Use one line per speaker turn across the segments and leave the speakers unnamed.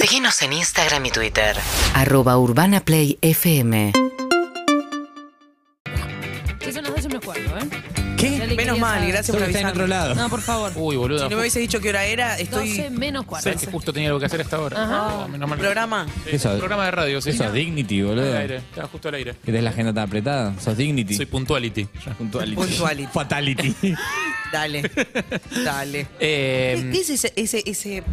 Seguinos en Instagram y Twitter.
Arroba Urbana Play FM.
Sí, son las 12 menos cuarto, ¿eh? Ya
¿Qué?
le
Menos
quería
mal,
saber.
y gracias
Solo
por
que está en otro
avisarme.
lado.
No, por favor.
Uy, boludo.
Si no me hubiese dicho qué hora era, estoy...
12 menos cuarto.
Sabes que justo tenía algo que hacer a esta hora.
Ajá.
No, menos mal.
¿Programa?
Sí,
Eso-
programa de radio, sí.
Eso es Dignity, boludo.
Al aire, estaba justo al aire.
Que tenés la agenda tan apretada. Sos Dignity.
Soy puntuality.
puntuality.
Puntuality.
Fatality.
Dale, dale. ¿Qué,
Eh,
qué es ese... ese, ese,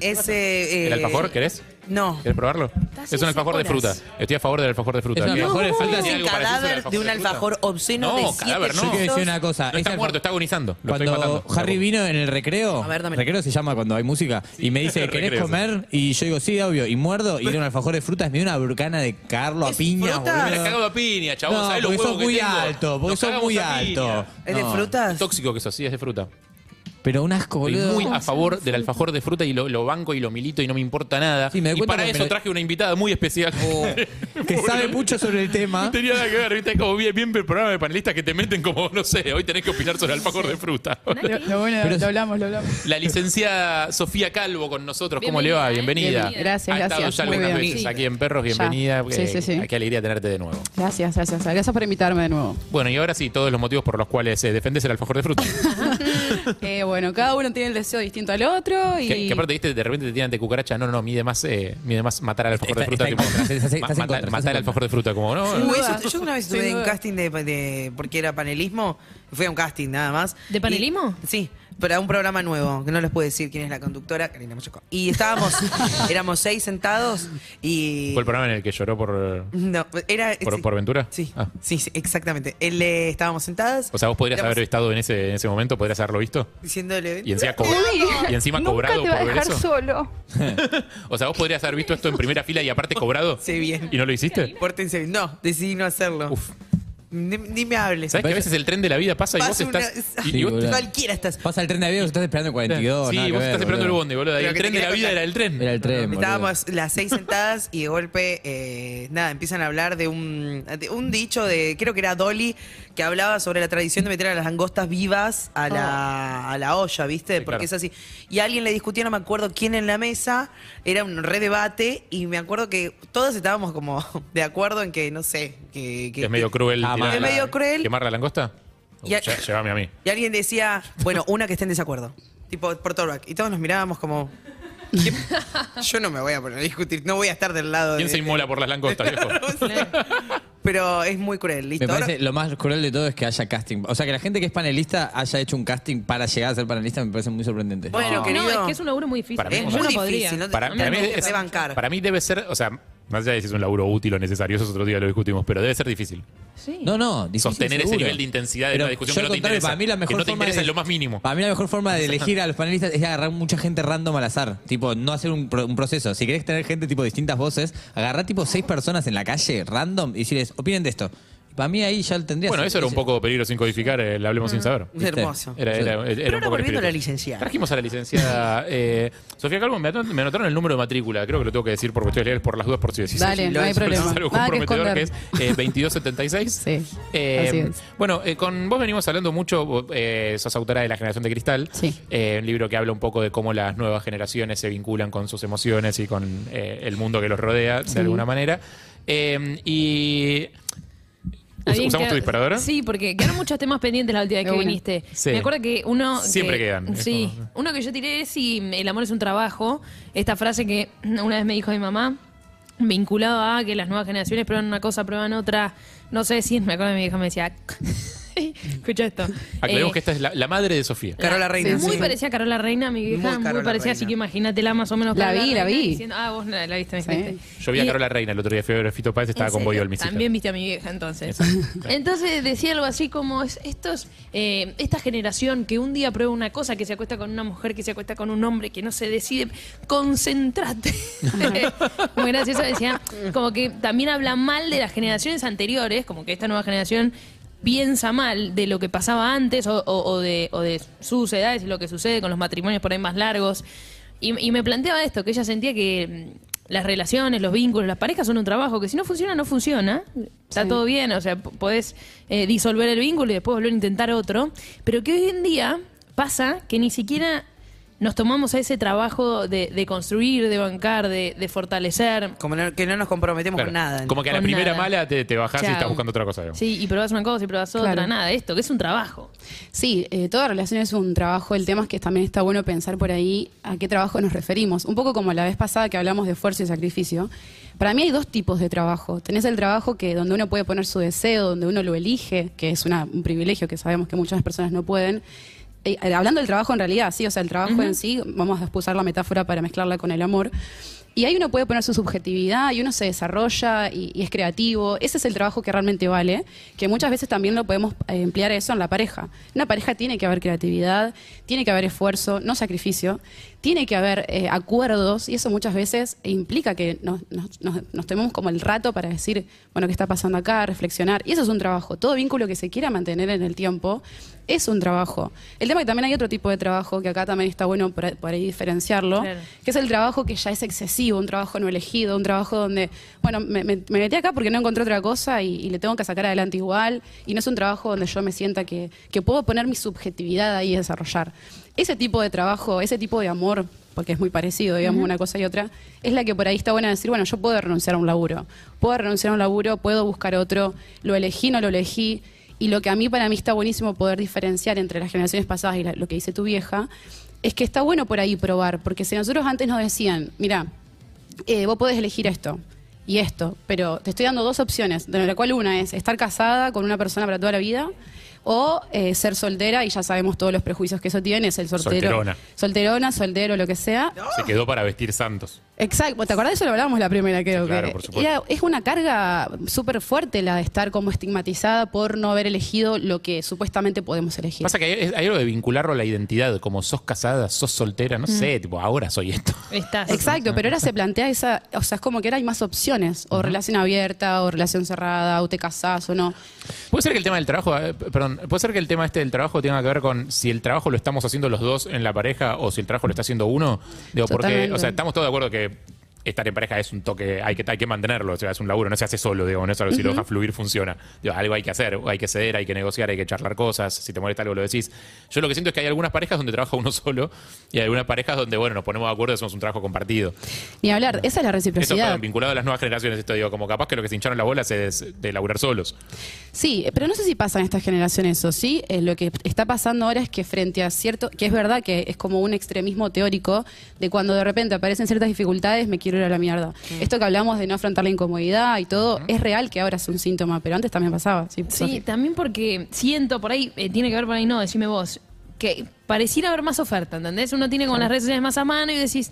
ese eh,
¿El alfajor querés?
No.
¿Querés probarlo?
Estás
Es un
seis
alfajor de fruta.
horas.
Estoy a favor del alfajor de fruta.
Es un
Bien.
alfajor de fruta.
¿Tiene
Es el
algo parecido al
cadáver
alfajor
de un
fruta?
alfajor obsceno
No,
de siete
cadáver, no.
Yo quiero decir una cosa.
No está
ese
muerto, está agonizando. Lo estoy
Cuando
matando.
Harry vino en el recreo,
A ver, dámelo.
recreo se llama cuando hay música, y me dice, ¿querés
Recreo, sí.
comer? Y yo digo, sí, obvio, y muerdo, y le doy un alfajor de frutas, me dio una burcana de Carlo a
¿Es
piña,
fruta?
Me la
boludo.
cagado a piña, chabón.
no,
¿Sabés los
porque
huevos
sos
que
muy
tengo?
alto, porque
Nos
sos
cagamos
muy
a piña.
alto.
¿Es de
No.
frutas?
Tóxico que eso, sí, es de fruta.
Pero un asco,
Estoy
boludo.
muy a favor del alfajor de fruta y lo, lo banco y lo milito y no me importa nada.
Sí, me doy
y
Oh. ¿Ah? cuenta
para
que me
eso
lo-
traje una invitada muy especial.
que sabe mucho sobre el tema.
No tenía nada que ver, viste, es como bien, bien el programa de panelistas que te meten como, no sé, hoy tenés que opinar sobre el alfajor de fruta.
Lo, lo bueno,
Pero-
lo hablamos, lo hablamos.
La licenciada Sofía Calvo con nosotros, ¿cómo le
Bienvenida,
va?
¿eh?
Bienvenida.
Bienvenida.
Gracias,
ha estado
gracias.
ya
Muy
algunas
bien.
veces
Sí.
aquí en Perros, bienvenida.
Ya. Sí,
eh,
sí, sí.
Qué alegría tenerte de nuevo.
Gracias, gracias. Gracias por invitarme de nuevo.
Bueno, y ahora sí, todos los motivos por los cuales eh, defendes el alfajor de fruta.
Eh, bueno, cada uno tiene el deseo distinto al otro y.
que, que aparte, viste, de repente te tiran de cucaracha. No, no, no, mide más, eh, mide más matar al alfajor de
Está-
fruta.
está en
tipo,
contra, estás- estás en
ma-
contra,
matar-
estás en
matar al
contra.
alfajor de fruta, como, no,
Uh,
no.
Sí.
eso-
duda.
yo una vez
Sin
estuve en un
duda.
casting de, de- porque era panelismo, fui a un casting nada más.
¿De
Y-
panelismo?
sí, para un programa nuevo, que no les puedo decir quién es la conductora, Karina Machaco. Y estábamos, éramos seis sentados y...
Fue el programa en el que lloró por,
No, era...
por,
sí.
por Ventura.
Sí,
Ah.
sí, sí, exactamente. Él, eh, estábamos sentadas.
O sea, vos podrías
Éramos-
haber estado en ese, en ese momento, podrías haberlo visto.
Diciéndole...
Y encima, cobra- y encima cobrado por ver eso.
solo.
O sea, vos podrías haber visto esto en primera fila y aparte cobrado.
Sí, bien.
¿Y no lo hiciste?
Pórtense bien. No, decidí no hacerlo.
Uf.
Ni, ni me hables.
¿Sabes que a veces el tren de la vida pasa y vos
Pasa una-
estás. y- y
Sí,
vos-
boludo.
Cualquiera estás.
Pasa el tren de avión, estás esperando el 42.
sí,
nada que
vos
ver,
estás esperando el
boludo.
bondi, boludo. Y
Pero que
el
te
tren de la
quería
vida
contar.
era el tren.
Era el tren, boludo.
Estábamos las seis sentadas y de golpe, eh, nada, empiezan a hablar de un, de un dicho de, creo que era Dolly, que hablaba sobre la tradición de meter a las langostas vivas a la, a la olla, ¿viste?
Sí,
Porque
claro.
es así. Y alguien le discutió, no me acuerdo quién en la mesa, era un redebate y me acuerdo que todos estábamos como de acuerdo en que, no sé, que... que-
Que es medio cruel.
Ah,
tirar
es
la-
medio cruel.
¿Quemar la langosta?
Y a-
Lle- Llévame a mí.
Y alguien decía, bueno, una que esté en desacuerdo. Tipo, por Torback. Y todos nos mirábamos como... ¿qué? Yo no me voy a poner a discutir, no voy a estar del lado
¿Quién
de-
se inmola por las langostas, viejo?
Pero es muy cruel,
Me
listo.
parece
Ahora-
lo más cruel de todo es que haya casting. O sea, que la gente que es panelista haya hecho un casting para llegar a ser panelista me parece muy sorprendente.
Bueno, querido.
No, es que es un laburo muy difícil.
Para mí
es
como
muy
Yo no
difícil.
podría.
No te,
Para,
no
para mí
te
es-
podés bancar.
para mí debe ser, o sea, más allá de si es un laburo útil o necesario, eso es otro día lo discutimos, pero debe ser difícil.
Sí.
No, no, difícil,
Sostener ese
seguro.
nivel de intensidad de
Pero
una discusión
yo
que no
al
te
contrario,
interesa.
Para mí la
Que
mejor
no te
forma
interesa
de-
en lo más mínimo.
Para mí la mejor forma de elegir a los panelistas es agarrar mucha gente random al azar. Tipo, no hacer un, pro- un proceso. Si querés tener gente tipo de distintas voces, agarrar tipo seis personas en la calle random y decirles, opinen de esto. Para mí ahí ya tendría
Bueno, eso era un poco peligro sin codificar, eh, le
Mm.
hablemos sin saber.
Hermoso.
Era, era- era un
ahora
poco el
volviendo
espíritu.
a la licenciada.
Trajimos a la licenciada eh, Sofía Calvo. Me, anot- me anotaron el número de matrícula. Creo que lo tengo que decir por cuestiones legales, por las dudas, por si decís.
Dale,
Sí,
no
lo
hay
es, pero
problema.
Es algo
Nada que
comprometedor que, es eh,
esconder.
2276.
Sí,
Eh,
así es.
Bueno, eh, con vos venimos hablando mucho. vos, eh, sos autora de La Generación de Cristal.
Sí.
eh, un libro que habla un poco de cómo las nuevas generaciones se vinculan con sus emociones y con eh, el mundo que los rodea, de alguna manera. Eh, y.
Había
¿Usamos
quedado-
tu disparadora?
Sí, porque quedaron muchos temas pendientes la última vez
De
que
una.
viniste.
Sí.
Me acuerdo que uno.
Siempre
que-
quedan, es
Sí.
como-
Uno que yo tiré es si el amor es un trabajo. Esta frase que una vez me dijo mi mamá, vinculado a que las nuevas generaciones prueban una cosa, prueban otra. No sé si me acuerdo que mi vieja me decía. Escucha esto.
Aclaremos
Eh,
Ah, que esta es la, la madre de Sofía.
Carola Reina.
Muy
sí.
parecía a Carola Reina, mi vieja,
Muy
muy,
Carola
parecía, así
Reina.
que imagínatela más o menos.
La
Carola
vi, la
Reina
vi.
diciendo, ah, vos la, la viste, me
Sí.
dijiste.
Yo vi a
Y-
Carola Reina el otro día, fui a ver a Fito Páez, estaba
¿En
con Boy
serio?
al Misita.
También viste a mi vieja entonces. entonces decía algo así como, es- estos, eh, esta generación que un día prueba una cosa, que se acuesta con una mujer, que se acuesta con un hombre, que no se decide, concentrate. Muy gracioso decía, como que también habla mal de las generaciones anteriores, como que esta nueva generación piensa mal de lo que pasaba antes o, o- o de, o de sus edades y lo que sucede con los matrimonios por ahí más largos. Y, y me planteaba esto, que ella sentía que mm, las relaciones, los vínculos, las parejas son un trabajo, que si no funciona, no funciona. Está todo bien, o sea, p- podés eh, disolver el vínculo y después volver a intentar otro. Pero que hoy en día pasa que ni siquiera nos tomamos a ese trabajo de, de construir, de bancar, de, de fortalecer.
Como no- que no nos comprometemos
Claro.
con nada.
Como que a la
Con
primera
nada.
mala te, te bajás y
Chao.
estás buscando otra cosa. digamos.
Sí, y probás una cosa y probás otra,
Claro.
nada, esto, que es un trabajo.
Sí, eh, toda relación es un trabajo. El tema es que también está bueno pensar por ahí a qué trabajo nos referimos. Un poco como la vez pasada que hablamos de esfuerzo y sacrificio. Para mí hay dos tipos de trabajo. Tenés el trabajo que donde uno puede poner su deseo, donde uno lo elige, que es una- un privilegio que sabemos que muchas personas no pueden. Eh, eh, hablando del trabajo en realidad, sí, o sea, el trabajo en sí, vamos a usar la metáfora para mezclarla con el amor. Y ahí uno puede poner su subjetividad y uno se desarrolla y, y es creativo. Ese es el trabajo que realmente vale, que muchas veces también lo podemos eh, emplear eso en la pareja. Una pareja tiene que haber creatividad, tiene que haber esfuerzo, no sacrificio, tiene que haber eh, acuerdos y eso muchas veces implica que nos, nos, nos- nos tomemos como el rato para decir, bueno, ¿qué está pasando acá? Reflexionar. Y eso es un trabajo. Todo vínculo que se quiera mantener en el tiempo es un trabajo. El tema es que también hay otro tipo de trabajo que acá también está bueno por, por ahí diferenciarlo,
Claro.
que es el trabajo que ya es excesivo, un trabajo no elegido, un trabajo donde, bueno, me, me- me metí acá porque no encontré otra cosa y, y le tengo que sacar adelante igual, y no es un trabajo donde yo me sienta que, que puedo poner mi subjetividad ahí y desarrollar. Ese tipo de trabajo, ese tipo de amor, porque es muy parecido, digamos, una cosa y otra, es la que por ahí está buena decir, bueno, yo puedo renunciar a un laburo, puedo renunciar a un laburo, puedo buscar otro, lo elegí, no lo elegí, y lo que a mí para mí está buenísimo poder diferenciar entre las generaciones pasadas y la- lo que dice tu vieja, es que está bueno por ahí probar, porque si nosotros antes nos decían, mira, eh, vos podés elegir esto y esto, pero te estoy dando dos opciones, de la cual una es estar casada con una persona para toda la vida o eh, ser soltera y ya sabemos todos los prejuicios que eso tiene, es el soltero.
Solterona.
Solterona, soltero, lo que sea.
Se quedó para vestir santos.
Exacto, ¿te acordás de eso? Lo hablábamos la primera, creo
Sí, claro,
que.
por supuesto.
Era- es una carga súper fuerte la de estar como estigmatizada por no haber elegido lo que supuestamente podemos elegir.
Pasa que hay, hay algo de vincularlo a la identidad, como sos casada, sos soltera,
Mm.
no sé, tipo, ahora soy esto.
Estás.
Exacto, pero ahora se plantea esa, o sea, es como que ahora hay más opciones, o relación abierta, o relación cerrada, o te casás o no.
Puede ser que el tema del trabajo, eh, p- perdón, puede ser que el tema este del trabajo tenga que ver con si el trabajo lo estamos haciendo los dos en la pareja o si el trabajo lo está haciendo uno. Digo, porque,
Totalmente.
o sea, estamos todos de acuerdo que estar en pareja es un toque, hay que, hay que mantenerlo, o sea, es un laburo, no se hace solo, digo, no es algo que si lo dejas fluir funciona. Digo, algo hay que hacer, hay que ceder, hay que negociar, hay que charlar cosas, si te molesta algo lo decís. Yo lo que siento es que hay algunas parejas donde trabaja uno solo y hay algunas parejas donde, bueno, nos ponemos de acuerdo y hacemos un trabajo compartido.
Ni hablar, esa es la
Eso
reciprocidad.
perdón, vinculado a las nuevas generaciones, esto digo, como capaz que lo que se hincharon la bola es de laburar solos.
Sí, eh, pero no sé si pasa en esta generación eso, ¿sí? Eh, lo que está pasando ahora es que frente a cierto, que es verdad que es como un extremismo teórico, de cuando de repente aparecen ciertas dificultades, me quiero ir a la mierda. Esto que hablamos de no afrontar la incomodidad y todo, es real que ahora es un síntoma, pero antes también pasaba, ¿sí?
Sí,
Sofi?
también porque siento por ahí, eh, tiene que ver por ahí, no, decime vos, que pareciera haber más oferta, ¿entendés? Uno tiene como las redes sociales más a mano y decís,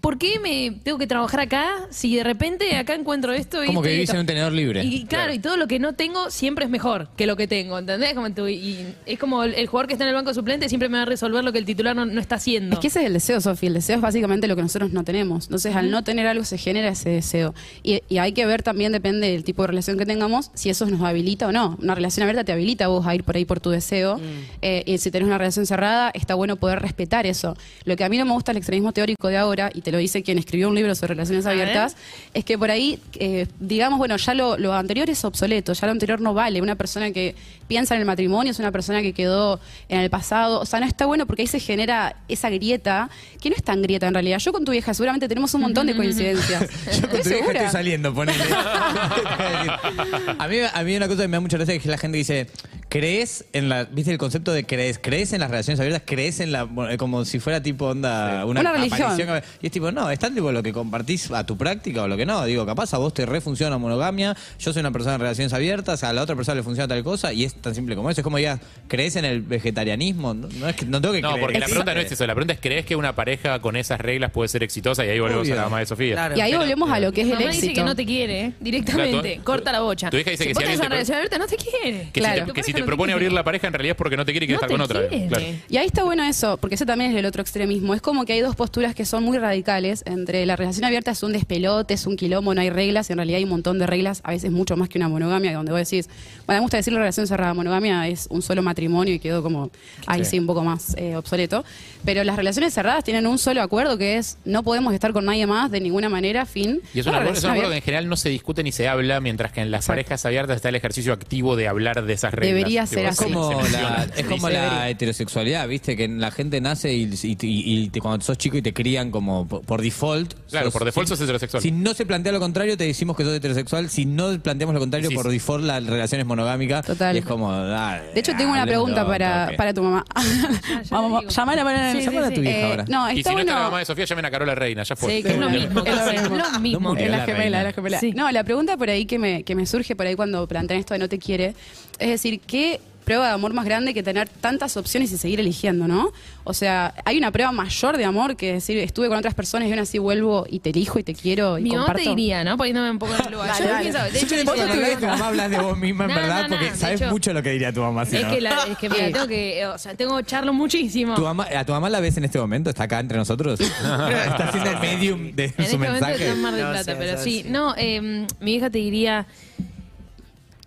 ¿por qué me tengo que trabajar acá si de repente acá encuentro esto y
Como que
esto y
vivís
esto?
en un tenedor libre.
Y claro, y todo lo que no tengo siempre es mejor que lo que tengo, ¿entendés? Como tú- y es como el, el jugador que está en el banco suplente siempre me va a resolver lo que el titular no, no está haciendo.
Es que ese es el deseo, Sofía. El deseo es básicamente lo que nosotros no tenemos. Entonces, al no tener algo, se genera ese deseo. Y, y hay que ver también, depende del tipo de relación que tengamos, si eso nos habilita o no. Una relación abierta te habilita a vos a ir por ahí por tu
Mm.
deseo. Eh, y si tenés una relación cerrada, está bueno poder respetar eso. Lo que a mí no me gusta el extremismo teórico de ahora, y te lo dice quien escribió un libro sobre relaciones
A ver.
abiertas, es que por ahí, eh, digamos, bueno, ya lo, lo anterior es obsoleto, ya lo anterior no vale. Una persona que piensa en el matrimonio es una persona que quedó en el pasado. O sea, no está bueno porque ahí se genera esa grieta, que no es tan grieta en realidad. Yo con tu vieja seguramente tenemos un montón de coincidencias.
Yo con tu
Estoy
vieja
segura.
estoy saliendo, ponele. a, mí, a mí una cosa que me da mucha gracia es que la gente dice, ¿crees en la... ¿Viste el concepto de crees? ¿Crees en las relaciones abiertas? ¿Crees en la... bueno, como si fuera tipo onda... Una,
Una religión.
aparición? Y es tipo, no, es tan tipo lo que compartís a tu práctica o lo que no. Digo, capaz a vos te refunciona monogamia, yo soy una persona en relaciones abiertas, a la otra persona le funciona tal cosa y es tan simple como eso. Es como digas, ¿crees en el vegetarianismo? No, no es que no tengo que
No,
creer.
porque la pregunta no es
Eh,
eso. La pregunta es, ¿crees que una pareja con esas reglas puede ser exitosa? Y ahí volvemos
Obvio.
a la mamá de Sofía.
Claro.
Y ahí volvemos a lo que es el
Mamá dice que
éxito.
no te quiere, ¿eh? directamente.
Claro, tu-
Corta la bocha.
tu hija dice
Si
que
vos
si
tenés
alguien
una
te
relación abierta, no te quiere.
Que,
Claro.
si te, que si
pareja
te
no
propone
quiere.
abrir la pareja, en realidad es porque no te quiere y quiere
No
estar con
te
otra.
quiere.
Claro.
Y ahí está bueno eso, porque eso también es el otro extremismo. Es como que hay dos posturas que son muy radicales. Entre la relación abierta es un despelote, es un quilombo, no hay reglas. y En realidad hay un montón de reglas, a veces mucho más que una monogamia, donde vos decís, bueno, me gusta decir la relación cerrada. Monogamia es un solo matrimonio y quedó como, ahí sí, un poco más eh, obsoleto. Pero las relaciones cerradas tienen un solo acuerdo que es, no podemos estar con nadie más de ninguna manera, fin. Ah,
Y es un
Una
acuerdo, es un acuerdo
relación
que en
abierta
general no se discute ni se habla, mientras que en las
Exacto.
parejas abiertas está el ejercicio activo de hablar de esas reglas.
debería ser
vos
así.
sí,
como
se
la,
menciona.
es como
Sí,
la
debería.
heterosexualidad, ¿viste? Que la gente nace y, y- y- y te- cuando sos chico y te crían como por, por default.
Claro, por default
si-
sos heterosexual.
Si no se plantea lo contrario, te decimos que sos heterosexual. Si no planteamos lo contrario,
Sí,
por
sí.
default la relación es monogámica.
Total.
Y es como. ah,
De hecho, tengo una
hablemos
pregunta
otro,
para,
ok.
para tu mamá.
ya le digo.
Vamos, llamala para
Sí, Llamala sí, a tu sí. vieja ahora.
y
No, Ah, está
si no
bueno.
está la mamá de Sofía, llamen a Carola Reina, ya fue.
Sí, que es lo mismo,
Es lo
casi, es
mismo.
lo mismo.
No
Es
murió.
Es
la
la gemela,
reina.
es la gemela.
Sí.
No, la pregunta por ahí que me, que me surge por ahí cuando plantean esto de no te quiere, es decir, ¿qué prueba de amor más grande que tener tantas opciones y seguir eligiendo, no? O sea, hay una prueba mayor de amor que decir, estuve con otras personas y aún así vuelvo y te elijo y te quiero y
Mi mamá
comparto.
te diría, ¿no? Poniéndome un poco en el lugar.
Dale,
Yo
dale.
pienso, de
Yo
hecho,
te-
ella
Vos
la
no te ves que tu
pregunta.
mamá hablas de vos misma, en
No,
verdad,
no, no,
porque
de
sabes
hecho-
mucho lo que diría tu mamá. si
Es
no.
que, la, es que mira,
Sí.
tengo que, eh, o sea, tengo que charlo mucho
¿Tu
muchísimo.
mamá- ¿A tu mamá la ves en este momento? ¿Está acá entre nosotros? ¿Está haciendo el medium de
En
su
este momento
mensaje?
está en Mar del
No,
Plata,
sí,
pero
sí,
sí.
sí.
No, eh, mi hija te diría,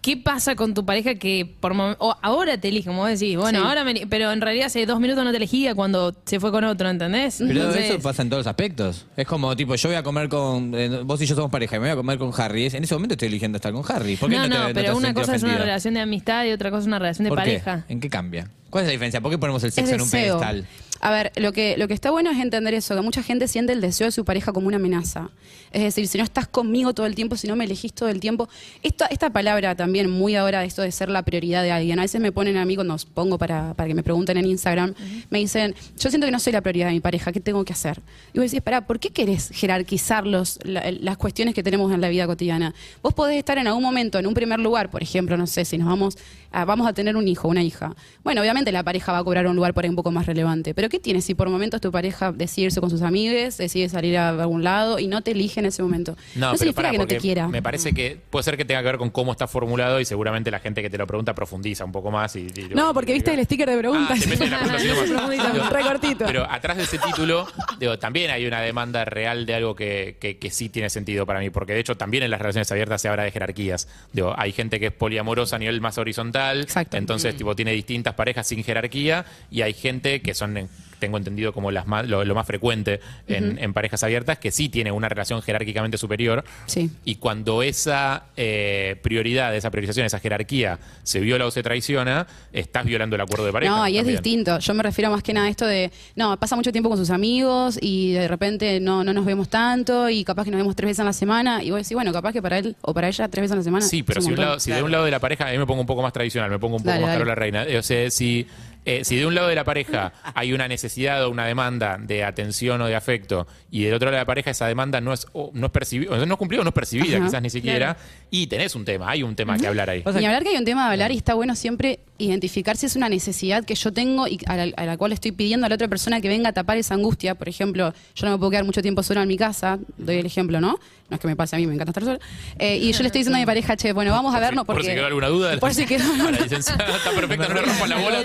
¿qué pasa con tu pareja que por mom- o ahora te elige? Como vos decís, bueno,
Sí.
ahora me, pero en realidad hace dos minutos no te elegía cuando se fue con otro, ¿entendés?
Pero
Entonces-
eso pasa en todos los aspectos. Es como, tipo, yo voy a comer con. eh, vos y yo somos pareja y me voy a comer con Harry. Es- En ese momento estoy eligiendo estar con Harry. ¿Por qué
No,
no,
no,
te- no,
pero una cosa es una
relación
relación de amistad y otra cosa es una relación de pareja.
¿En qué cambia? ¿Cuál es la diferencia? ¿Por qué ponemos el
Es
sexo en un
deseo.
pedestal?
A ver, lo que, lo que está bueno es entender eso, que mucha gente siente el deseo de su pareja como una amenaza. Es decir, si no estás conmigo todo el tiempo, si no me elegís todo el tiempo. Esta, esta palabra también, muy ahora, esto de ser la prioridad de alguien. A veces me ponen a mí cuando os pongo para, para que me pregunten en Instagram, me dicen, yo siento que no soy la prioridad de mi pareja, ¿qué tengo que hacer? Y vos decís, pará, ¿por qué querés jerarquizar los, la- las cuestiones que tenemos en la vida cotidiana? Vos podés estar en algún momento en un primer lugar, por ejemplo, no sé, si nos vamos a, vamos a tener un hijo, una hija. Bueno, obviamente la pareja va a cobrar un lugar por ahí un poco más relevante, pero ¿qué tiene si por momentos tu pareja decide irse con sus amigues, decide salir a algún lado y no te elige en ese momento? No,
pero
significa
pará,
que no te
porque
quiera.
Me parece que puede ser que tenga que ver con cómo está formulado y seguramente la gente que te lo pregunta profundiza un poco más. Y, y-
No, porque viste el sticker de preguntas.
Ah, te meten la pregunta así nomás. Digo,
Re cortito.
Pero atrás de ese título, digo, también hay una demanda real de algo que, que- que sí tiene sentido para mí, porque de hecho también en las relaciones abiertas se habla de jerarquías. Digo, hay gente que es poliamorosa a nivel más horizontal,
Exacto.
entonces tipo tiene distintas parejas sin jerarquía, y hay gente que son en- tengo entendido como las más, lo, lo más frecuente en, en parejas abiertas, que sí tiene una relación jerárquicamente superior.
Sí.
Y cuando esa eh, prioridad, esa priorización, esa jerarquía se viola o se traiciona, estás violando el acuerdo de pareja.
No, y es
también.
distinto. Yo me refiero más que nada a esto de, no, pasa mucho tiempo con sus amigos y de repente no, no nos vemos tanto y capaz que nos vemos tres veces a la semana y vos decís, bueno, capaz que para él o para ella tres veces a la semana.
Sí, pero
es un
si, un
montón.
lado- si de un lado de la pareja, ahí me pongo un poco más tradicional, me pongo un poco
Dale,
más
dale.
Carola Reina. Eh, O sea, si, eh, si de un lado de la pareja hay una necesidad o una demanda de atención o de afecto, y del otro lado de la pareja esa demanda no es, o no es percibida, no es cumplida o no es percibida,
Ajá.
quizás ni siquiera, y tenés un tema, hay un tema que hablar ahí.
Ni hablar que hay un tema de hablar y está bueno siempre identificar si es una necesidad que yo tengo y a la, a la cual estoy pidiendo a la otra persona que venga a tapar esa angustia. Por ejemplo, yo no me puedo quedar mucho tiempo sola en mi casa, doy el ejemplo, ¿no? No es que me pase a mí, me encanta estar sola. Eh, y yo le estoy diciendo a mi pareja, che, bueno, vamos a vernos
Por
porque...
si quedó alguna duda.
Por si quedó
A la licenciada, está perfecta, no le rompan la bola.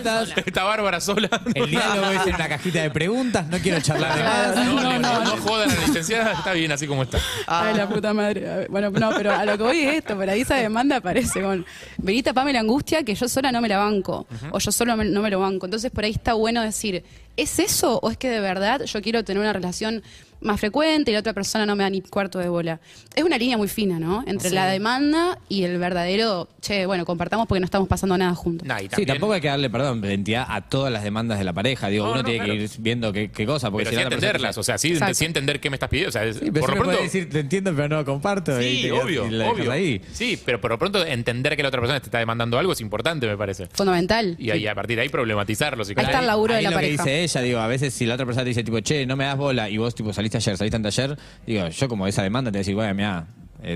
Está Bárbara sola.
El diálogo es en una cajita de preguntas, no quiero charlar de más.
No, no, no jodan a la licenciada, está bien así como está.
Ay, la puta madre. A ver, Bueno, no, pero a lo que voy es esto, por ahí esa demanda aparece con vení tapame la angustia que yo sola no me la banco o yo solo me- no me lo banco. Entonces por ahí está bueno decir, ¿es eso o es que de verdad yo quiero tener una relación más frecuente y la otra persona no me da ni cuarto de bola? Es una línea muy fina, ¿no? Entre la demanda y el verdadero, che, bueno, compartamos porque no estamos pasando nada juntos.
Nah, y
Sí,
también-
tampoco hay que darle, perdón, identidad a todas las demandas de la pareja. Digo,
No,
uno
no,
tiene que
claro.
ir viendo qué, qué cosa. Porque
Pero
si
sí
no, la persona-
entenderlas, o sea, sí,
Exacto.
sí entender qué me estás pidiendo. O sea, es-
Sí, pero
por lo
siempre
pronto.
podés decir, te entiendo, pero no lo comparto. y
Sí,
te-
obvio,
y la dejas
obvio.
ahí.
Sí, pero por lo pronto entender que la otra persona te está demandando algo es importante, me parece.
Fundamental.
Y, ahí, a partir de ahí problematizarlo. Si
Ahí está
querés.
el laburo
Ahí
de la
lo
pareja.
que dice ella, digo, a veces si la otra persona te dice, tipo, che, no me das bola, y vos, tipo, saliste ayer, saliste antes ayer, digo, yo como esa demanda te voy a decir, bueno, mira,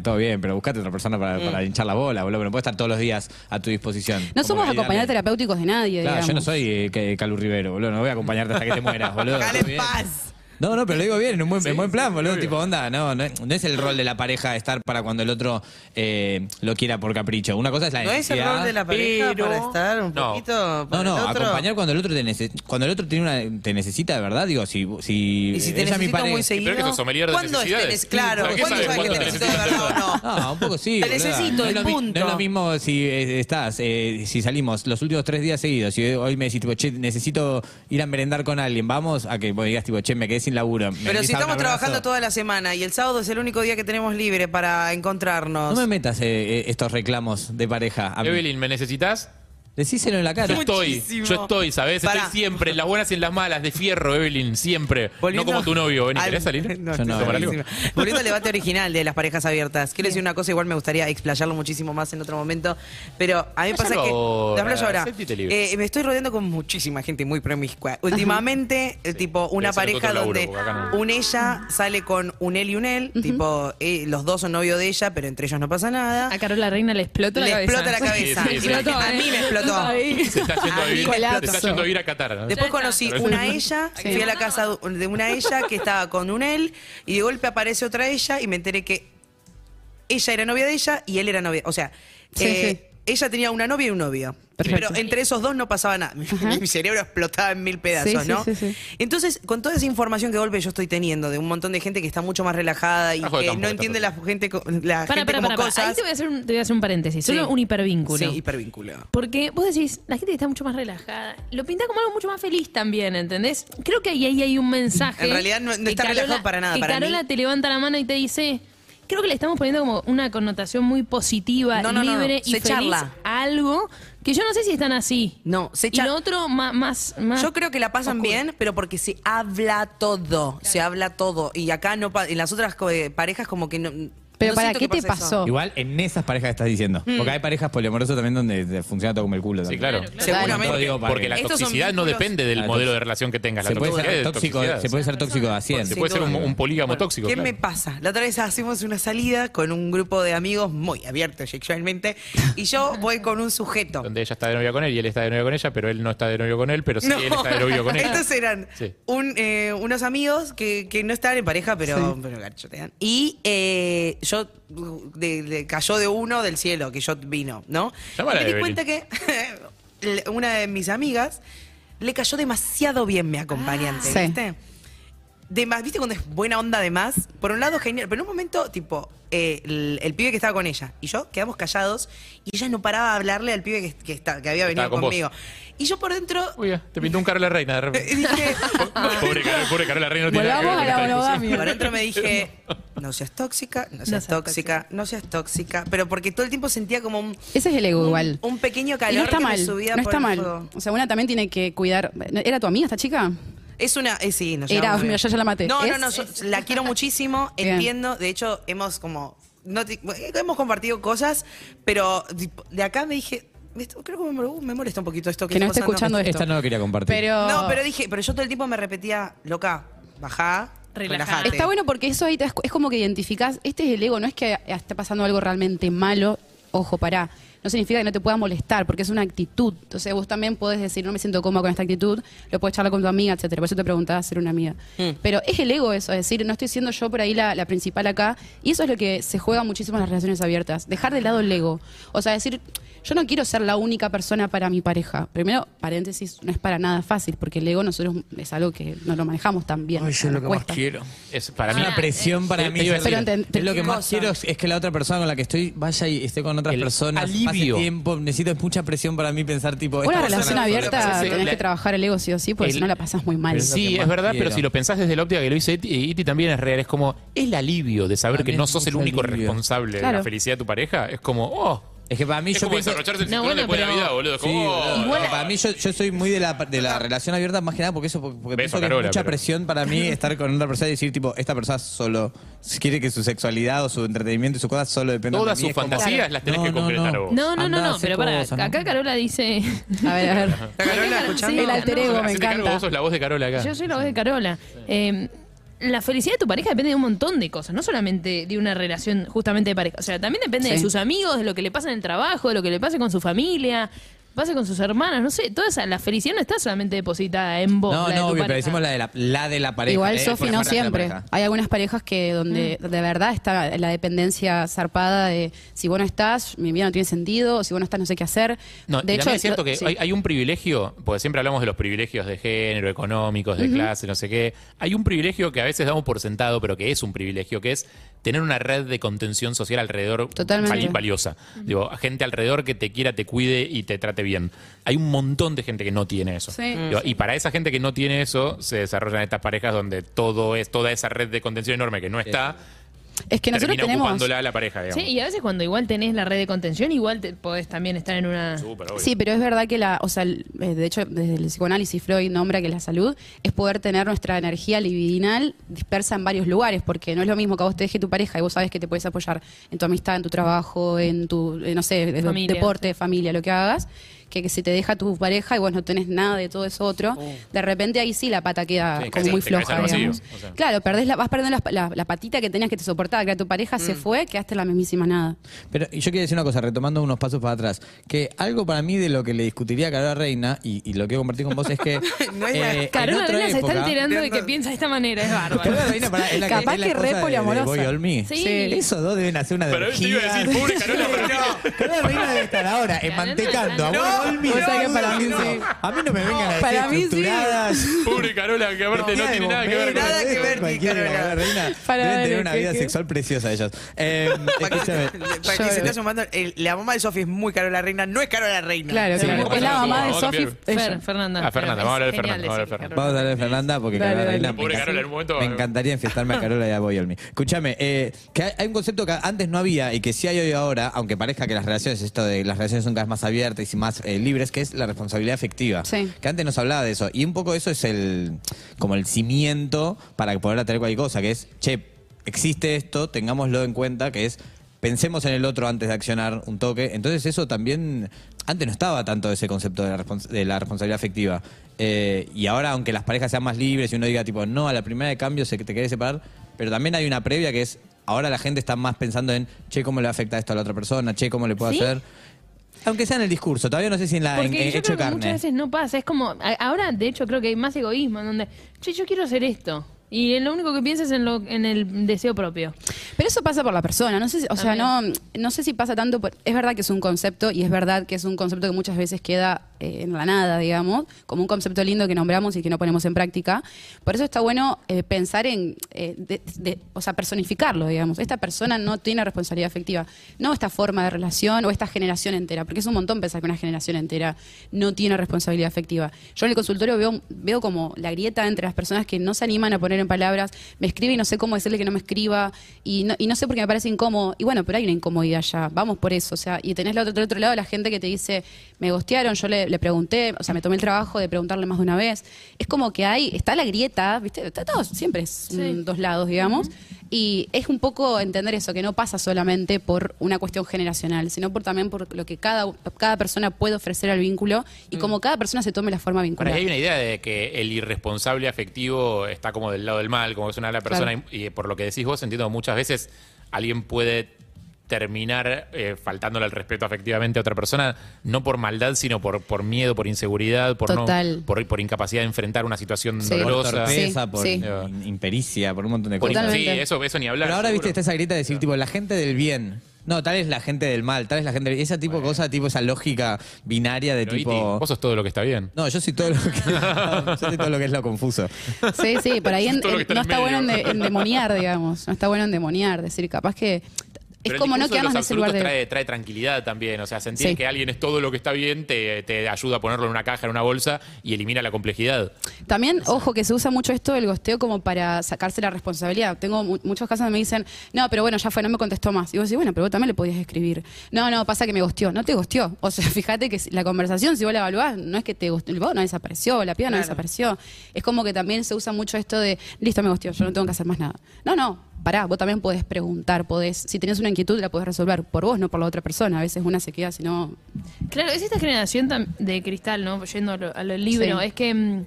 todo bien, pero buscate otra persona para, para hinchar la bola, boludo, pero no puede estar todos los días a tu disposición.
Mm. No
Como
somos
que, dale.
acompañantes terapéuticos de nadie,
Claro,
digamos.
yo no soy eh, que- Calu Rivero, boludo, no voy a acompañarte hasta que te mueras, boludo.
Dale
todo bien.
paz.
No, no, pero lo digo bien, en un buen, en buen plan, boludo.
obvio.
Tipo, onda, no, no, no es el rol de la pareja estar para cuando el otro eh, lo quiera por capricho. Una cosa es la
¿No es el
necesidad,
rol de la pareja
pero-
para estar un
No.
poquito? para
No, no,
el otro?
acompañar cuando el otro te, nece- cuando el otro tiene una, te necesita de verdad, digo, si, si,
Y si te
ella es mi
necesito
pareja-
muy
Pero
seguido.
que sos sommelier de
¿Cuándo es-
necesidades?
tenés- claro,
¿Para qué
¿cuándo
sabes
sabes que
cuándo
te
te
necesito de
necesitas?
verdad o no?
No, un poco sí.
Te
boluda.
necesito,
no es
el
lo mi-
punto.
No es lo mismo si eh, estás, eh, si salimos los últimos tres días seguidos y hoy me decís, tipo, che, necesito ir a merendar con alguien, vamos, a que vos digas, tipo, che, me quedé sin laburo. me
Pero
venís
si
a dar un
estamos
abrazo.
trabajando toda la semana y el sábado es el único día que tenemos libre para
No
encontrarnos.
me metas eh, eh, estos reclamos de pareja. a mí.
Evelyn, ¿me necesitas?
Decíselo en la cara.
Yo estoy,
Muchísimo.
yo estoy, ¿sabes?
Pará.
Estoy siempre, en las buenas y en las malas, de fierro, Evelyn, siempre.
Volviendo-
No como tu novio, ¿eh?
Al-
¿Querés salir?
No,
Yo no,
estoy
Tomar algo.
buenísima. Volviendo al debate original de las parejas abiertas. Quiero decir una cosa, igual me gustaría explayarlo muchísimo más en otro momento, pero a mí me pasa
Expláyalo
que...
ahora,
Lo explayo ahora.
sentite libre.
Eh, me estoy rodeando con muchísima gente muy promiscua. Últimamente, eh, tipo, una
debe ser
pareja
otro laburo,
donde
porque acá no.
un ella sale con un él y un él, tipo, eh, los dos son novio de ella, pero entre ellos no pasa nada.
A Carola Reina le explota la
Le
cabeza.
explota la cabeza.
Sí, sí, sí.
Explotó,
A mí me
¿eh?
explotó.
Ahí.
Se está yendo a
Ahí
vivir,
colapso.
se está yendo a vivir a Qatar. ¿no?
Después
Ya
conocí
está.
una ella,
Sí.
fui a la casa de una ella que estaba con un él y de golpe aparece otra ella y me enteré que ella era novia de ella y él era novia. O sea,
Sí,
eh, ella tenía una novia y un novio.
Perfecto.
Pero entre esos dos no pasaba nada. Mi cerebro explotaba en mil pedazos,
sí,
¿no?
sí, sí.
Entonces, con toda esa información que de golpe yo estoy teniendo de un montón de gente que está mucho más relajada y
Ah, joder,
que
tampoco
no
está
entiende la
perfecto.
gente, co- la
Para,
gente
para,
como
para, para.
cosas.
Ahí te voy a hacer un, te voy a hacer un paréntesis. Solo
Sí.
un hipervínculo.
Sí, hipervínculo.
Porque vos decís, la gente que está mucho más relajada, lo pinta como algo mucho más feliz también, ¿entendés? Creo que ahí, ahí hay un mensaje.
En realidad no- no
que
está relajado para nada,
Que
para
Carola
mí.
te levanta la mano y te dice, creo que le estamos poniendo como una connotación muy positiva,
No, no, no, no.
libre y
Se
feliz
charla.
a algo que yo no sé si están así.
No, se
Y
charla.
lo otro ma- más,
Ah.
más
Yo creo que la pasan
oscuro.
bien, pero porque se habla todo, se habla todo. Y acá no pa- en las otras co- eh, parejas como que no...
Pero
no
para,
siento
¿qué
que
te
pase eso.
pasó?
Igual en esas parejas que estás diciendo.
Mm.
Porque hay parejas poliamorosas también donde eh, funciona todo como el culo.
Sí,
también.
claro.
Seguramente.
No digo
Porque,
para
porque
que-
la
Estos son
toxicidad no
vínculos-
depende del
La
modelo
tox-
de relación que tengas. La
Ah, Se puede,
toxicidad
ser
es
tóxico,
toxicidad.
se puede ser tóxico a
Se
100.
puede ser un, un polígamo tóxico.
¿Qué
claro.
me pasa? La otra vez hacemos una salida con un grupo de amigos muy abiertos sexualmente y yo voy con un sujeto.
Donde ella está de novia con él y él está de novia con ella, pero él no está de novio con él, pero sí él está de novio con ella.
Estos eran
Sí.
un, eh, unos amigos que, que no estaban en pareja, pero, pero garchotean. Y eh, yo de- de- cayó de uno del cielo, que yo vino, ¿no?
Llámala,
y me di
Evelyn.
cuenta que le- una de mis amigas le cayó demasiado bien mi acompañante,
Ah. Sí.
¿viste? De más, ¿viste cuando es buena onda de más? Por un lado, genial, pero en un momento, tipo, eh, el, el pibe que estaba con ella y yo quedamos callados y ella no paraba de hablarle al pibe que, que está- que había venido
Estaba con vos.
conmigo. Y yo por dentro
Uy, ah, te pintó un Carola Reina de repente.
eh, dije,
Pobre Carola, pobre Carola Reina no tiene nada que ver con
Volvamos a la
esta discusión.
monogamia.
por dentro me dije, no seas tóxica, no seas, tóxica, no seas tóxica, pero porque todo el tiempo sentía como un,
Ese es el ego
un-
igual.
un pequeño
Y
calor
no está
que me
mal,
subía
no
por
está
el
mal.
fuego.
O sea, una también tiene que cuidar. ¿Era tu amiga esta chica?
Es una, eh, sí, nos
Era,
llevamos
mira,
bien.
yo ya la maté.
No, no,
Es-
no, yo la quiero muchísimo,
Bien.
entiendo, de hecho hemos como, no te- hemos compartido cosas, pero tipo, de acá me dije, esto- creo que me, uh, me molesta un poquito esto que,
Que no
está
esté
pasando.
escuchando esto.
Esta no la quería compartir.
Pero,
No, pero dije, pero yo todo el tiempo me repetía, loca, bajá,
Relajá.
relajate.
Aparte.
Está bueno porque eso ahí te das cu- es como que identificás, este es el ego, no es que está pasando algo realmente malo, ojo, pará. No significa que no te pueda molestar, porque es una actitud. Entonces vos también podés decir, no me siento cómoda con esta actitud, lo puedes charlar con tu amiga, etcétera. Por eso te preguntaba ser una amiga. Pero es el ego eso, es decir, no estoy siendo yo por ahí la, la principal acá. Y eso es lo que se juega muchísimo en las relaciones abiertas. Dejar de lado el ego. O sea, decir, yo no quiero ser la única persona para mi pareja. Primero, paréntesis, no es para nada fácil, porque el ego nosotros es algo que no lo manejamos tan bien. nos cuesta. Ah, eh,
Es para
Es
mí.
una presión para mí.
Pero
ser-
enten-
es lo que
¿qué
más
cosa?
quiero es, es que la otra persona con la que estoy vaya y esté con otras
El
personas.
alivio.
Pase tiempo. Necesito es mucha presión para mí pensar tipo.
Una
esta
relación
persona-
abierta
Sí, sí,
tenés
la-
que trabajar el ego sí o sí, porque
el-
si no la pasas muy mal.
Es lo que
Sí, es
más
verdad,
quiero.
pero si lo pensás desde la óptica que lo dice Iti, Iti también es real. Es como el alivio de saber
Para
que
mí
no
es
sos el
mucho
único
alivio.
responsable de
Claro.
la felicidad de tu pareja. Es como, oh.
Es que para mí
es
yo
como
pienso.
desarrollarse el
No,
cinturón
bueno,
después de la
pero-
vida, boludo. Es
Sí,
como, oh,
boludo. Para mí yo, yo soy muy de la, de la relación abierta más que nada porque eso porque, porque
Beso
pienso
a
que es
Carola,
mucha
pero-
presión para mí estar con otra persona y decir tipo esta persona solo quiere que su sexualidad o su entretenimiento y su cosa solo depende
Todas
de mí.
sus
Es como-
fantasías las tenés
No,
que
no,
concretar
no.
vos.
No, no, no,
Andá,
no,
hacé
pero para,
cosas, ¿no?
acá Carola dice...
A ver, a ver.
¿Está Carola escuchando?
Sí, el alter ego, me
Hacete cargo,
encanta.
Vos sos la voz de Carola acá.
Yo soy la voz de Carola. Eh, la felicidad de tu pareja depende de un montón de cosas, no solamente de una relación justamente de pareja. O sea, también depende de
Sí.
sus amigos, de lo que le pasa en el trabajo, de lo que le pase con su familia, pase con sus hermanos, no sé. Toda esa, la felicidad no está solamente depositada en vos.
No,
la de
no,
tu
obvio,
pareja.
pero decimos la de la, la de la pareja.
Igual,
eh,
Sofi,
por ejemplo,
no
la de la
siempre.
pareja.
Hay algunas parejas que donde
Mm.
de verdad está la dependencia zarpada de si vos no estás, mi vida no tiene sentido, o si vos no estás, no sé qué hacer.
No,
de
y también es cierto
lo-
que
sí.
hay, hay un privilegio, porque siempre hablamos de los privilegios de género, económicos, de clase, no sé qué. Hay un privilegio que a veces damos por sentado, pero que es un privilegio, que es tener una red de contención social alrededor
Totalmente.
vali- valiosa. Digo, gente alrededor que te quiera, te cuide y te trate bien. Hay un montón de gente que no tiene eso.
Sí.
Digo, y para esa gente que no tiene eso, se desarrollan estas parejas donde todo es, toda esa red de contención enorme que no está.
Es que nosotros
termina
tenemos.
ocupándola la pareja,
Sí,
digamos.
y a veces cuando igual tenés la red de contención, igual te podés también estar en una...
Súper, obvio.
Sí, pero es verdad que la, o sea, el- eh, de hecho, desde el psicoanálisis Freud nombra que la salud es poder tener nuestra energía libidinal dispersa en varios lugares, porque no es lo mismo que a vos te deje tu pareja y vos sabes que te puedes apoyar en tu amistad, en tu trabajo, en tu, eh, no sé, de-
Familia.
deporte, familia, lo que hagas, que, que se te deja tu pareja y vos no tenés nada de todo eso otro,
Oh.
de repente ahí sí la pata queda
Sí,
como
casi
muy
te caes al
floja,
vacío,
digamos.
o sea.
Claro, perdés la, vas perdiendo la, la- la patita que tenías que te soportaba, que era tu pareja,
Mm.
se fue, quedaste en la mismísima nada.
Pero yo quiero decir una cosa, retomando unos pasos para atrás, que algo para mí de lo que le discutiría a Carola Reina, y, y lo que compartí con vos, es que... eh,
No hay nada.
en
Carola
otra
Arena se está
época-
enterando de que
Entiendo.
piensa de esta manera, es bárbaro.
Carola Reina, pará, es la
Capaz
es la
que re
esposa de- de
poliamorosa.
Boy All Me.
Sí.
Esos dos deben hacer una
Pero él te
orgía.
iba a decir, pobre Carola, pero no.
Carola Reina debe estar ahora emantecando a Boy All Me.
O sea que para mí
No,
sí.
A mí no me vengan a decir
Para mí sí.
estructuradas.
Pobre Carola, que aparte no, tiene nada que ver con
Nada que ver ni
Cualquiera,
Carola.
la reina.
Para
Deben
ver
tener
el
una
que-
vida
que-
sexual preciosa ellos. Eh,
Para que,
escúchame.
para que se te sumando, el- la mamá de Sofía es muy Carola Reina, no es Carola Reina.
Claro,
Sí,
como
claro,
es la
claro,
mamá de
vamos a
Sofi.
cambiar.
ella.
Fer, Fernanda.
Ah, Fernanda, vamos a hablar de Fernanda, vamos a hablar de Fernanda.
Vamos a hablar de Fernanda porque
Dale,
Carola
dale.
Reina me
Pobre
encanta.
Carola, en un momento-
Me encantaría enfiestarme a Carola y a Boy Olmi. Escúchame, eh, que hay, hay un concepto que antes no había y que sí hay hoy ahora, aunque parezca que las relaciones, esto de las relaciones son cada vez más abiertas y más eh, libres, que es la responsabilidad afectiva.
Sí.
Que antes nos hablaba de eso. Y un poco eso es el como el cimiento para poder atraer cualquier cosa, que es, che, existe esto, tengámoslo en cuenta, que es pensemos en el otro antes de accionar un toque. Entonces eso también, antes no estaba tanto ese concepto de la, respons- de la responsabilidad afectiva. Eh, y ahora, aunque las parejas sean más libres y uno diga, tipo, no, a la primera de cambio se te querés separar, pero también hay una previa que es, ahora la gente está más pensando en, che, ¿cómo le afecta esto a la otra persona? Che, ¿cómo le puedo
¿Sí?
hacer? Aunque sea en el discurso, todavía no sé si en la en-
Porque
en
yo
Ah, hecho de
creo que
carne.
muchas veces no pasa. Es como, a- ahora de hecho creo que hay más egoísmo en donde, che, yo quiero hacer esto. Y lo único que piensas es en, lo, en el deseo propio.
Pero eso pasa por la persona, no sé, si- o sea, no, no sé si pasa tanto por... Es verdad que es un concepto, y es verdad que es un concepto que muchas veces queda eh, en la nada, digamos, como un concepto lindo que nombramos y que no ponemos en práctica. Por eso está bueno eh, pensar en, eh, de- de- o sea, personificarlo, digamos. Esta persona no tiene responsabilidad afectiva, no esta forma de relación o esta generación entera, porque es un montón pensar que una generación entera no tiene responsabilidad afectiva. Yo en el consultorio veo, veo como la grieta entre las personas que no se animan a poner en palabras, me escribe y no sé cómo decirle que no me escriba, y no, y no sé por qué me parece incómodo. Y bueno, pero hay una incomodidad ya, vamos por eso. O sea, y tenés la otra- del otro lado la gente que te dice, me gostearon, yo le, le pregunté, o sea, me tomé el trabajo de preguntarle más de una vez. Es como que hay, está la grieta, ¿viste? Está todo, siempre es
Sí.
mm, dos lados, digamos. Y es un poco entender eso, que no pasa solamente por una cuestión generacional, sino por también por lo que cada, cada persona puede ofrecer al vínculo
Mm.
y como cada persona se tome la forma
Ahora,
vincular.
hay una idea de que el irresponsable afectivo está como del lado del mal, como es una mala persona,
Claro.
y, y por lo que decís vos, entiendo que muchas veces alguien puede terminar eh, faltándole al respeto afectivamente a otra persona, no por maldad, sino por, por miedo, por inseguridad, por, no-
Total.
por, por incapacidad de enfrentar una situación
Sí.
por
dolorosa.
Sí.
torpeza, por in- impericia, por un montón de
Por-
cosas.
Totalmente.
sí, eso, eso ni hablar.
Pero ahora,
seguro.
viste, este está esa grieta de decir, tipo, la gente del bien. No, tal es la gente del mal, tal es la gente del Esa tipo cosa, tipo, esa lógica binaria de
Pero, Iti,
tipo.
vos sos todo lo que está bien.
No, yo soy todo lo que. yo soy todo lo que es lo confuso.
Sí, sí, por ahí en-
Todo lo que está
en-
en
no está
medio.
bueno ende- endemoniar, digamos. No está bueno endemoniar, decir, capaz que. Es
Pero el
como no
discurso de
quedarnos en
los
ese lugar de.
absolutos trae, trae tranquilidad también. O sea, sentir
Sí.
que alguien es todo lo que está bien te, te ayuda a ponerlo en una caja, en una bolsa y elimina la complejidad.
También, ojo, que se usa mucho esto del gosteo como para sacarse la responsabilidad. Tengo mu- muchos casos donde me dicen, no, pero bueno, ya fue, no me contestó más. Y vos decís, bueno, pero vos también le podías escribir. No, no, pasa que me gosteó. No te gosteó. O sea, fíjate que si- la conversación, si vos la evaluás, no es que te gosteó. El vago no desapareció, la piba no desapareció. Es como que también se usa mucho esto de, listo, me gosteó, yo no tengo que hacer más nada. No, no, pará, vos también podés preguntar, podés, si tenés una inquietud la podés resolver por vos, no por la otra persona. A veces una se queda, si no...
Claro, es esta generación tam- de cristal, ¿no? Yendo a lo, a lo libro,
Sí.
es que mm,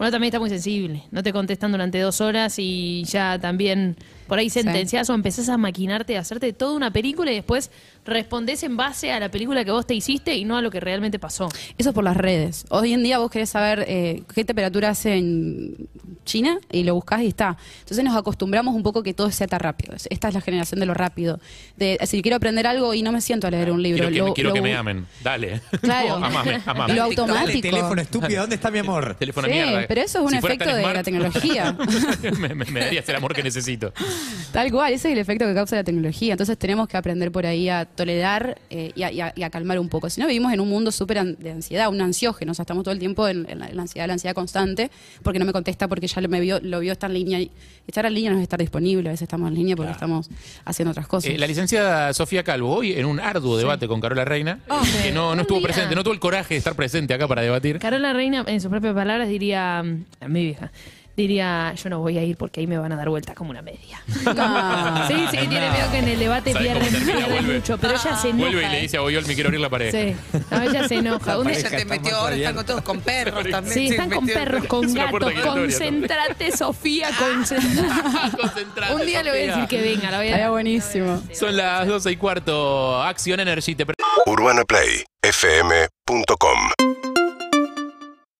uno también está muy sensible. No te contestan durante dos horas y ya también por ahí sentenciás o empezás a maquinarte, a hacerte toda una película y después respondés en base a la película que vos te hiciste y no a lo que realmente pasó.
Eso es por las redes. Hoy en día vos querés saber eh, qué temperatura hace en China y lo buscás y está. Entonces nos acostumbramos un poco que todo sea tan rápido. Es- Esta es la generación de lo rápido. De, si quiero aprender algo y no me siento a leer un libro.
Quiero que,
lo-
quiero
lo
que me
bu-
amen. Dale.
Claro.
amame, amame.
Lo
Dale,
automático.
teléfono estúpido, ¿dónde está mi amor?
Teléfono
Sí,
de mierda.
pero eso es un
fuera
efecto
tan
de la tecnología.
me, me- me darías el amor que necesito.
Tal cual, ese es el efecto que causa la tecnología. Entonces tenemos que aprender por ahí a tolerar eh, y, a, y a- y a calmar un poco. Si no, vivimos en un mundo súper an- de ansiedad, un ansiógeno. O sea, estamos todo el tiempo en, en la, en la ansiedad, la ansiedad constante, porque no me contesta, porque ya lo, me vio, lo vio estar en línea. Y estar en línea no es estar disponible, a veces estamos en línea porque estamos haciendo otras cosas.
Eh, la licenciada Sofía Calvo, hoy en un arduo debate con Carola Reina,
Ah,
Hombre,
que no, no
buen
estuvo
día.
presente, no tuvo el coraje de estar presente acá para debatir.
Carola Reina, en sus propias palabras, diría, mm, mi vieja, diría, yo no voy a ir porque ahí me van a dar vueltas como una media.
No.
sí, sí, tiene
Ah, no.
miedo que en el debate
¿Sabe cómo
pierden,
termina?
pierden
Vuelve.
mucho, pero ella se enoja.
Vuelve
eh.
y le dice a Boyol, me quiero abrir la pared.
¿eh? Sí, no, ella se enoja. Un-
Ella
Está
te metió
más
ahora, están
abierto.
con todos con perros también.
Sí, están con
metió-
perros, con
Es una puerta
gatos.
giratoria también.
Concentrate, Sofía, concentrate.
Concentrate,
Un día le voy a decir
Sofía.
que venga, la voy a
Estaría buenísimo.
Son las 12 y cuarto. Action Energy te pre-
UrbanaPlayFM.com